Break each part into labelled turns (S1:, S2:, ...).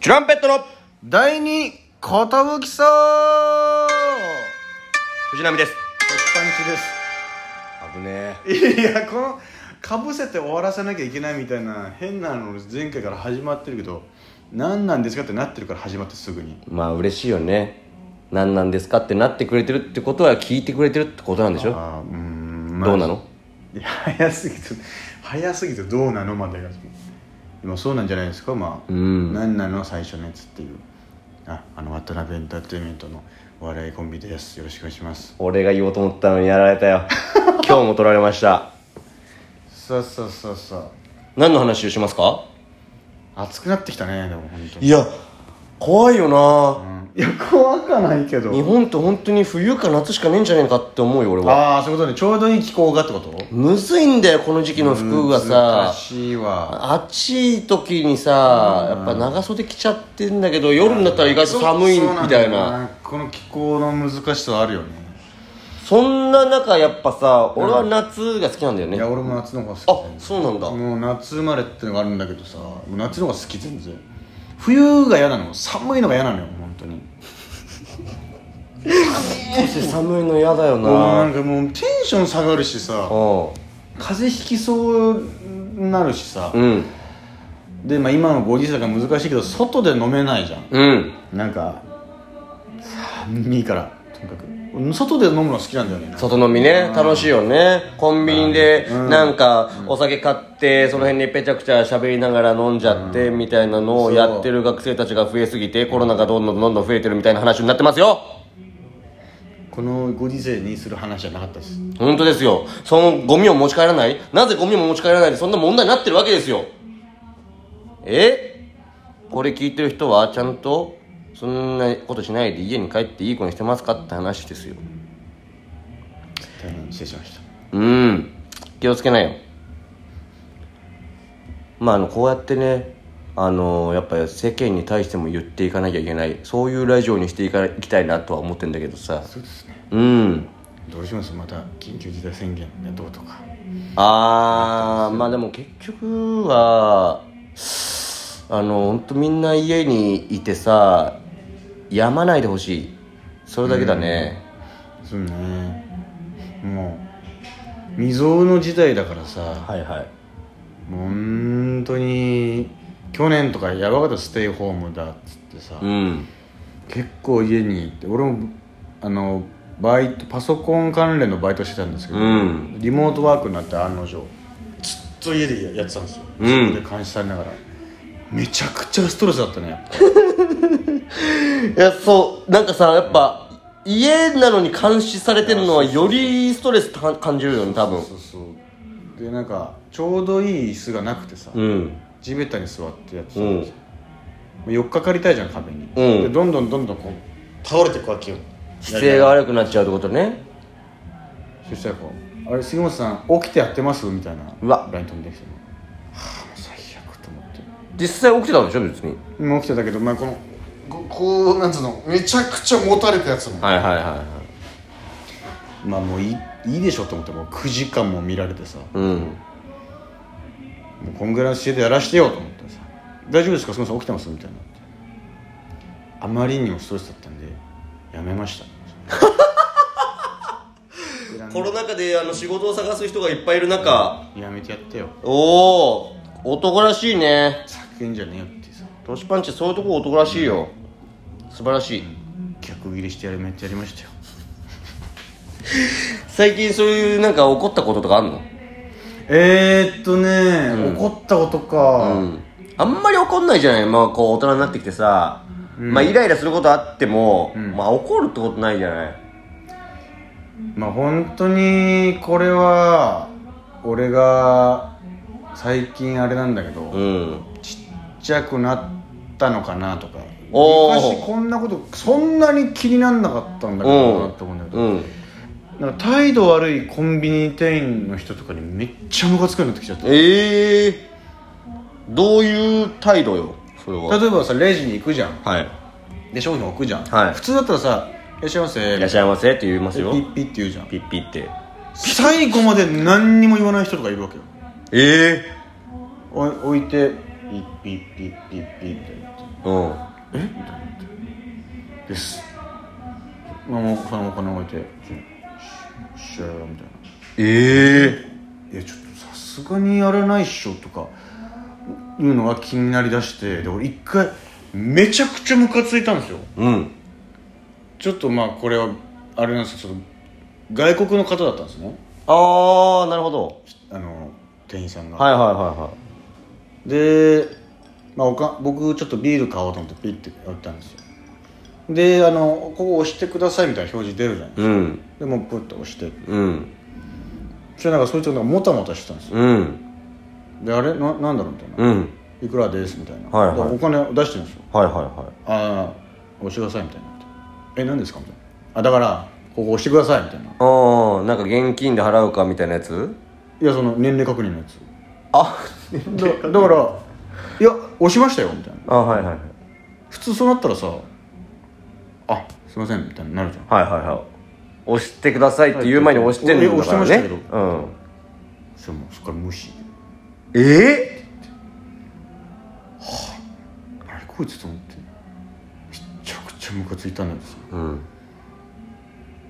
S1: チュランペットの
S2: 第二傾きそう
S1: 藤波です
S2: パ
S1: 危ね
S2: ンチですいやこのかぶせて終わらせなきゃいけないみたいな変なの前回から始まってるけど何なんですかってなってるから始まってすぐに
S1: まあ嬉しいよね何なんですかってなってくれてるってことは聞いてくれてるってことなんでしょ
S2: あーうーんまあ
S1: どうなの
S2: いや早すぎて早すぎてどうなのまでが今そうなんじゃないですかまあ、
S1: うん
S2: 何なの最初のやつっていうああの渡辺エンターテインメントのお笑いコンビですよろしくお願いします
S1: 俺が言おうと思ったのにやられた よ今日も取られました
S2: さあさあさあさ
S1: 何の話をしますか
S2: あ暑くなってきたねでも本当に
S1: いや怖いよな
S2: うんいや怖くはないけ
S1: 日
S2: ど
S1: 本って本当に冬か夏しかねえんじゃねえかって思うよ俺は
S2: ああそういうことねちょうどいい気候がってこと
S1: むずいんだよこの時期の服がさ
S2: 難しいわ
S1: 暑い時にさやっぱ長袖着ちゃってんだけど夜になったら意外と寒いみ
S2: そう
S1: た
S2: だ
S1: い
S2: よ
S1: な
S2: この気候の難しさはあるよね
S1: そんな中やっぱさ俺は夏が好きなんだよ
S2: い
S1: ね
S2: や
S1: あ
S2: 俺も夏の方が好きだね
S1: そうなんだ
S2: もう夏生まれってのがあるんだけどさもう夏の方が好き全然冬が嫌なの寒いのが嫌なのよ本当に
S1: 少し寒いの嫌だよ
S2: もう
S1: な
S2: な
S1: ん
S2: かもうテンション下がるしさ
S1: う
S2: 風邪ひきそうになるしさ、
S1: んうん
S2: で、まあ、今のご時世が難しいけど外で飲めないじゃん
S1: うん
S2: なんか寒いからとにかく外で飲むの好きなんだよね
S1: 外飲みね楽しいよねコンビニで
S2: うん
S1: なんかお酒買ってその辺にぺちゃくちゃ喋りながら飲んじゃってみたいなのをやってる学生たちが増えすぎてコロナがどんどんどんどん増えてるみたいな話になってますよ
S2: このご時世にする話じゃなかったです
S1: 本当ですよそのゴミを持ち帰らないなぜゴミを持ち帰らないでそんな問題になってるわけですよえこれ聞いてる人はちゃんとそんなことしないで家に帰っていい子にしてますかって話ですよ
S2: 大変失礼しました
S1: うん気をつけなよまああのこうやってねあのやっぱ世間に対しても言っていかなきゃいけないそういうラジオにしていかいきたいなとは思ってんだけどさ
S2: そうですね
S1: うん
S2: どうしますまた緊急事態宣言がどうとか
S1: あーまあでも結局はあの本当みんな家にいてさやまないでほしいそれだけだね
S2: そうねもう未曾有の事態だからさ
S1: はいはい
S2: もう本当に去年とかやばかったステイホームだっつってさ、
S1: うん
S2: 結構家にいて俺もあのバイトパソコン関連のバイトしてたんですけど、
S1: うん
S2: リモートワークになって案の定ずっと家でやってたんですよ、
S1: うん
S2: 自分で監視されながらめちゃくちゃストレスだったね
S1: いやそうなんかさやっぱ家なのに監視されてるのはよりストレスた感じるよね多分
S2: そうそうでなんかちょうどいい椅子がなくてさ、
S1: うん
S2: 地べたに座ってやってたんですよ、4日かりたいじゃん壁
S1: う
S2: に、
S1: ん
S2: でどんどんどんどんこう倒れていくわけよ
S1: 姿勢が悪くなっちゃうってことね
S2: そしたらこう「あれ杉本さん起きてやってます?」みたいな
S1: うわ
S2: LINE 飛んできてねはあもう最悪と思って
S1: 実際起きてたんでしょ別に
S2: 今起きてたけどまあこのここうなんつうのめちゃくちゃ持たれたやつも
S1: はいはいはいはい
S2: まあもういいいいでしょと思ってもう9時間も見られてさも
S1: うん
S2: うこんぐらいの姿勢でやらしてよと思ってさ「大丈夫ですか杉本さん起きてます?」みたいになってあまりにもストレスだったんでやめました
S1: コロナ禍であの仕事を探す人がいっぱいいる中
S2: やめてやってよ
S1: おお男らしいね
S2: 叫んじゃねえよってさ
S1: トシパンチそういうとこ男らしいよ素晴らしい
S2: 逆ギレしてやるめっちゃやりましたよ
S1: 最近そういうなんか怒ったこととかあんの
S2: えー、っとね、怒ったことか、
S1: うんあんまり怒んないじゃないまあこう大人になってきてさ、まあイライラすることあっても、まあ怒るってことないじゃない
S2: まあ本当にこれは俺が最近あれなんだけど、
S1: うん
S2: ちっちゃくなったのかなとか
S1: おー
S2: 昔こんなことそんなに気になんなかったんだけどなって思うんだけど、
S1: うん
S2: なんか態度悪いコンビニ店員の人とかにめっちゃムカつくようになってきちゃった
S1: ええどういう態度よそれは
S2: 例えばさレジに行くじゃん
S1: はい
S2: で商品置くじゃん、
S1: はい
S2: 普通だったらさ「いらっしゃいませ」
S1: いらっしゃいませって言います
S2: ピ
S1: よ
S2: ッピッって言うじゃん
S1: ピッピって
S2: 最後まで何にも言わない人とかいるわけよ
S1: ええ
S2: お置いてピッピッピッピッピッって
S1: うん
S2: ですもうそのお金置いて「ししゃー」みたいな
S1: ええ
S2: いやちょっとさすがにやらないっしょとかいうのが気になりだしてで俺一回めちゃくちゃムカついたんですよ
S1: うん
S2: ちょっとまあこれはあれなんですけどちょっと外国の方だったんですね
S1: ああなるほど
S2: あの店員さんが、
S1: はいはいはいはい
S2: で、まあ、おか僕ちょっとビール買おうと思ってピッてやったんですよであのここ押してくださいみたいな表示出るじゃない
S1: うん
S2: でもうプッと押して
S1: うん
S2: そしたらなんかそいつがなんかもたもたしてたんですよ
S1: うん
S2: であれななんだろうみたいな、
S1: うん
S2: いくらですみたいな、
S1: はいはい
S2: だからお金を出してるんですよ
S1: はいはいは
S2: ああ押してくださいみたいなえ何ですかみたいなあだからここ押してくださいみたいない
S1: ああなんか現金で払うかみたいなやつ
S2: いやその年齢確認のやつ
S1: あ
S2: だだから「いや押しましたよ」みたいな
S1: あはいはいはい
S2: 普通そうなったらさ「あすいません」みたいになるじゃん
S1: はいはいはい押してくださいって言う前に押してるんだから
S2: 俺押して
S1: ね
S2: ましたけ
S1: うん
S2: それもうそっから無視
S1: え
S2: あれこいつと思ってめちゃくちゃムカついたんですよ
S1: えうん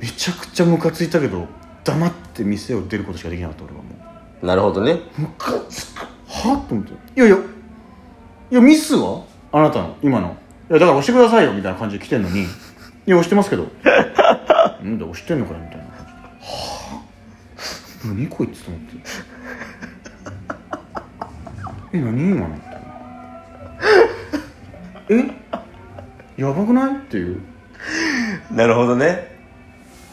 S2: めちゃくちゃムカついたけど黙って店を出ることしかできなかった俺はもう
S1: なるほどね
S2: ムカつくはと思っていやいやいやミスはあなたの今のいやだから押してくださいよみたいな感じで来てんのにいや押してますけどなんだ押してんのかよみたいな感じではあ何こいつと思ってえ何今のえやばくないっていう
S1: なるほどね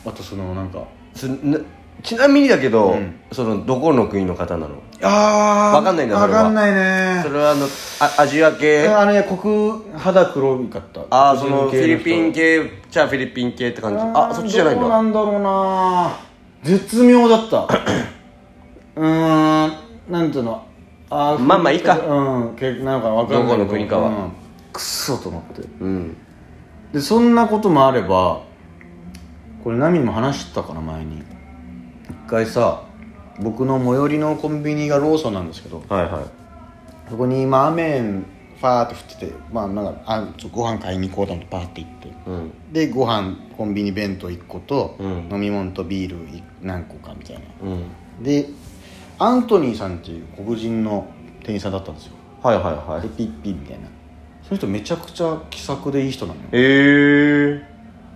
S2: あとそのなんか
S1: ちなちなみにだけど、
S2: うん
S1: そのどこの国の方なの
S2: あ
S1: ーわかんないんだそ
S2: わ
S1: れは
S2: かんないね
S1: それはあのあアジア系
S2: あのね黒肌黒かった
S1: ああその
S2: 黒
S1: フ
S2: 人系
S1: ィリ
S2: 人
S1: ピン系じゃあフィリピン系って感じあそっちじゃないん
S2: どうな
S1: だ
S2: んだろうな絶妙だ ったうーんなんていうのあー
S1: まあまあいいか
S2: うんけなのかな分かんないけ
S1: どこの国かは
S2: うんくっそと思って
S1: うん
S2: でそんなこともあればこれナミにも話してたかな前に一回さ僕の最寄りのコンビニがローソンなんですけど
S1: はいはい
S2: そこにまあ雨ファーって降っててまあなんかあちょご飯買いに行こうと思ってパーって行って
S1: うん
S2: でご飯コンビニ弁当1個と、
S1: うん
S2: 飲み物とビールい何個かみたいな
S1: うん
S2: でアントニーさんっていう黒人の店員さんだったんですよ
S1: はいはいは
S2: で
S1: い
S2: ピッピッみたいなその人めちゃくちゃ気さくでいい人なのよ
S1: え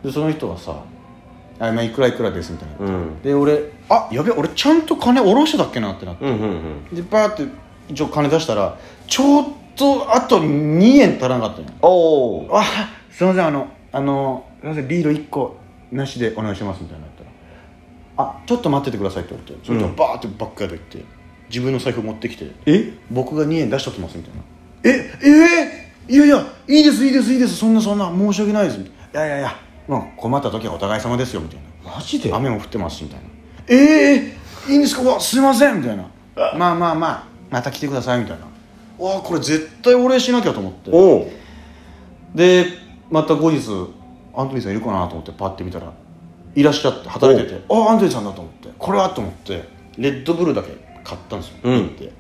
S1: え
S2: でその人がさ「あまあいくらいくらです」みたいな、
S1: うん
S2: で俺「あやべ俺ちゃんと金下ろしてたっけな」ってなって、
S1: うんうん
S2: でバーって一応金出したらちょっとあと2円足らなかったのよ
S1: おおー
S2: あすいませんあのあのすいませんビール1個なしでお願いしますみたいになったら「あちょっと待っててください」って言われてそれと
S1: うん
S2: バーってバックヤード行って自分の財布持ってきて
S1: え
S2: 「僕が2円出しときます」みたいな「ええー、いやいやいいですいいですいいですそんなそんな申し訳ないです」みたいな「いやいやいや、まあ、困った時はお互い様ですよ」みたいな
S1: マジで
S2: 雨も降ってますしみたいな「ええいいんですかうわすいません」みたいな「まあまあまあまた来てください」みたいな「わあこれ絶対お礼しなきゃ」と思って
S1: おお
S2: でまた後日アントニーさんいるかなと思ってパッて見たらいらっしゃって働いててあアントニーさんだと思ってこれはと思ってレッドブルだけ買ったんですよ、
S1: うん
S2: 行って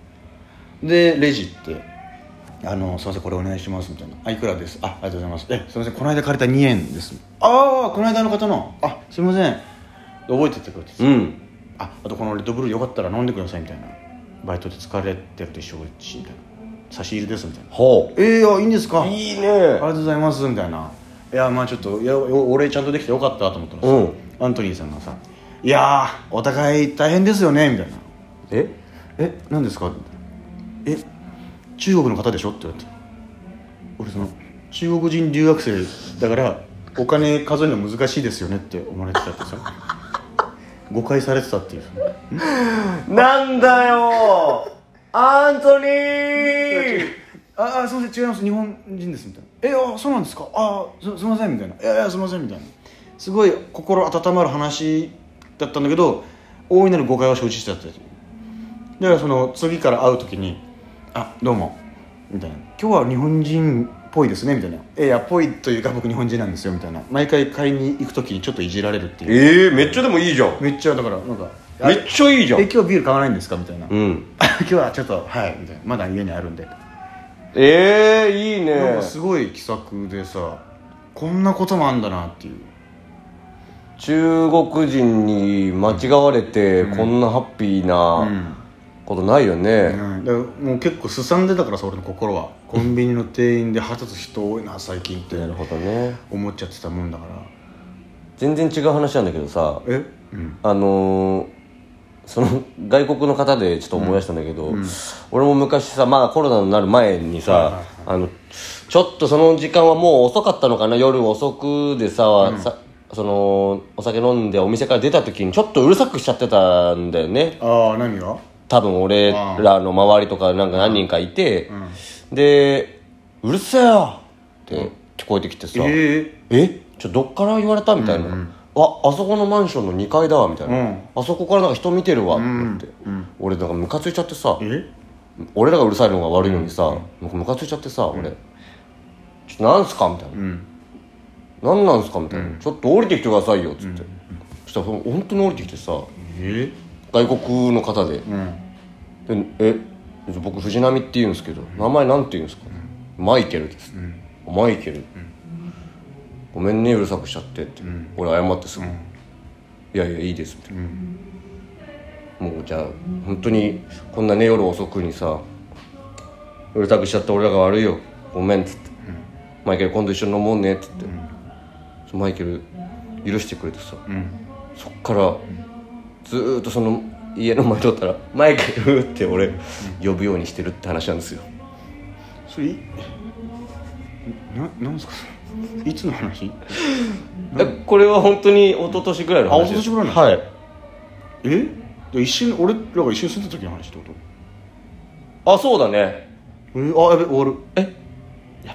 S2: でレジ行って「あのすいませんこれお願いします」みたいな「あいくらですあありがとうございますえすいませんこの間借りた2円ですああこの間の方のあすいませんで覚えててくれてて
S1: うん
S2: ああとこのレッドブルよかったら飲んでくださいみたいなバイトで疲れてると一緒しみたいな差し入れですみたいな
S1: ほ
S2: えー、あいいんですか
S1: ういいね
S2: ありがとうございますみたいないやまあちょっといやおお礼ちゃんとできてよかったと思ったらさ、
S1: うん
S2: アントニーさんがさ「いやーお互い大変ですよね」みたいな
S1: え
S2: 「え何ですか?」え中国の方でしょ?」って言われて俺その中国人留学生だからお金数えるの難しいですよねって思われてたってさ誤解されてたっていう
S1: なんだよアントニー
S2: ああすみません違います日本人ですみたいな「えあそうなんですかあすすいません」みたいな「いやいやすいません」みたいなすごい心温まる話だったんだけど大いなる誤解を承知してたってだからその次から会う時に「あどうも」みたいな「今日は日本人っぽいですね」みたいな「いやいやっぽいというか僕日本人なんですよ」みたいな毎回買いに行く時にちょっといじられるってい
S1: え
S2: う
S1: えめっちゃでもいいじゃん
S2: めっちゃだからなんか「あ
S1: めっちゃいいじゃ
S2: え
S1: ん
S2: 今日ビール買わないんですか?」みたい な「
S1: うん
S2: 今日はちょっとはい」みたいな「まだ家にあるんで」
S1: ええいいね
S2: なんかすごい気さくでさこんなこともあんだなっていう
S1: 中国人に間違われてこんなハッピーなことないよね、
S2: うん、だからもう結構すさんでたからさ俺の心はコンビニの店員で腹立つ人多いな最近って
S1: なるほどね
S2: 思っちゃってたもんだから
S1: 全然違う話なんだけどさ
S2: えうん
S1: あのーその外国の方でちょっと思い出したんだけど、俺も昔さまだコロナになる前にさ、
S2: はいはいはい
S1: あのちょっとその時間はもう遅かったのかな夜遅くでさ,、さそのお酒飲んでお店から出た時にちょっとうるさくしちゃってたんだよね
S2: ああ何が
S1: 多分俺らの周りとかなんか何人かいて、で「うるせえよ!」って聞こえてきてさ「
S2: え
S1: えちょどっから言われたみたいな、ああそこのマンションの2階だわみたいな、
S2: うん
S1: あそこからなんか人見てるわって思って、俺なんかムカついちゃってさ
S2: ええ
S1: 俺らがうるさいのが悪いのにさ、なんかムカついちゃってさ、俺「ちょっとなんすか?」みたいな
S2: うん
S1: 「なんなんすか?」みたいな、ちょっと降りてきてくださいよ」っつって、そしたら本当に降りてきてさ
S2: え
S1: 外国の方で
S2: うん
S1: 「でえ僕藤波って言うんですけど名前なんて言うんですかマイケルです」マイケル、ごめんねうるさくしちゃって」って、俺謝ってすぐ、いやいやいいです」みたいな、もうじゃあ本当にこんなね夜遅くにさうるさくしちゃって俺らが悪いよごめん」っつって、マイケル今度一緒に飲もうね」っつって、そマイケル許してくれてさ、そっからずーっとその家の前通ったら「マイケル!」って俺呼ぶようにしてるって話なんですよ
S2: それいななんすかそれいつの話
S1: えこれは本当に一昨年ぐらいの話です
S2: あ一昨年ぐら
S1: はい
S2: え一瞬俺らが一緒に住んでた時の話ってこと
S1: あそうだね
S2: えあやべ終わる
S1: え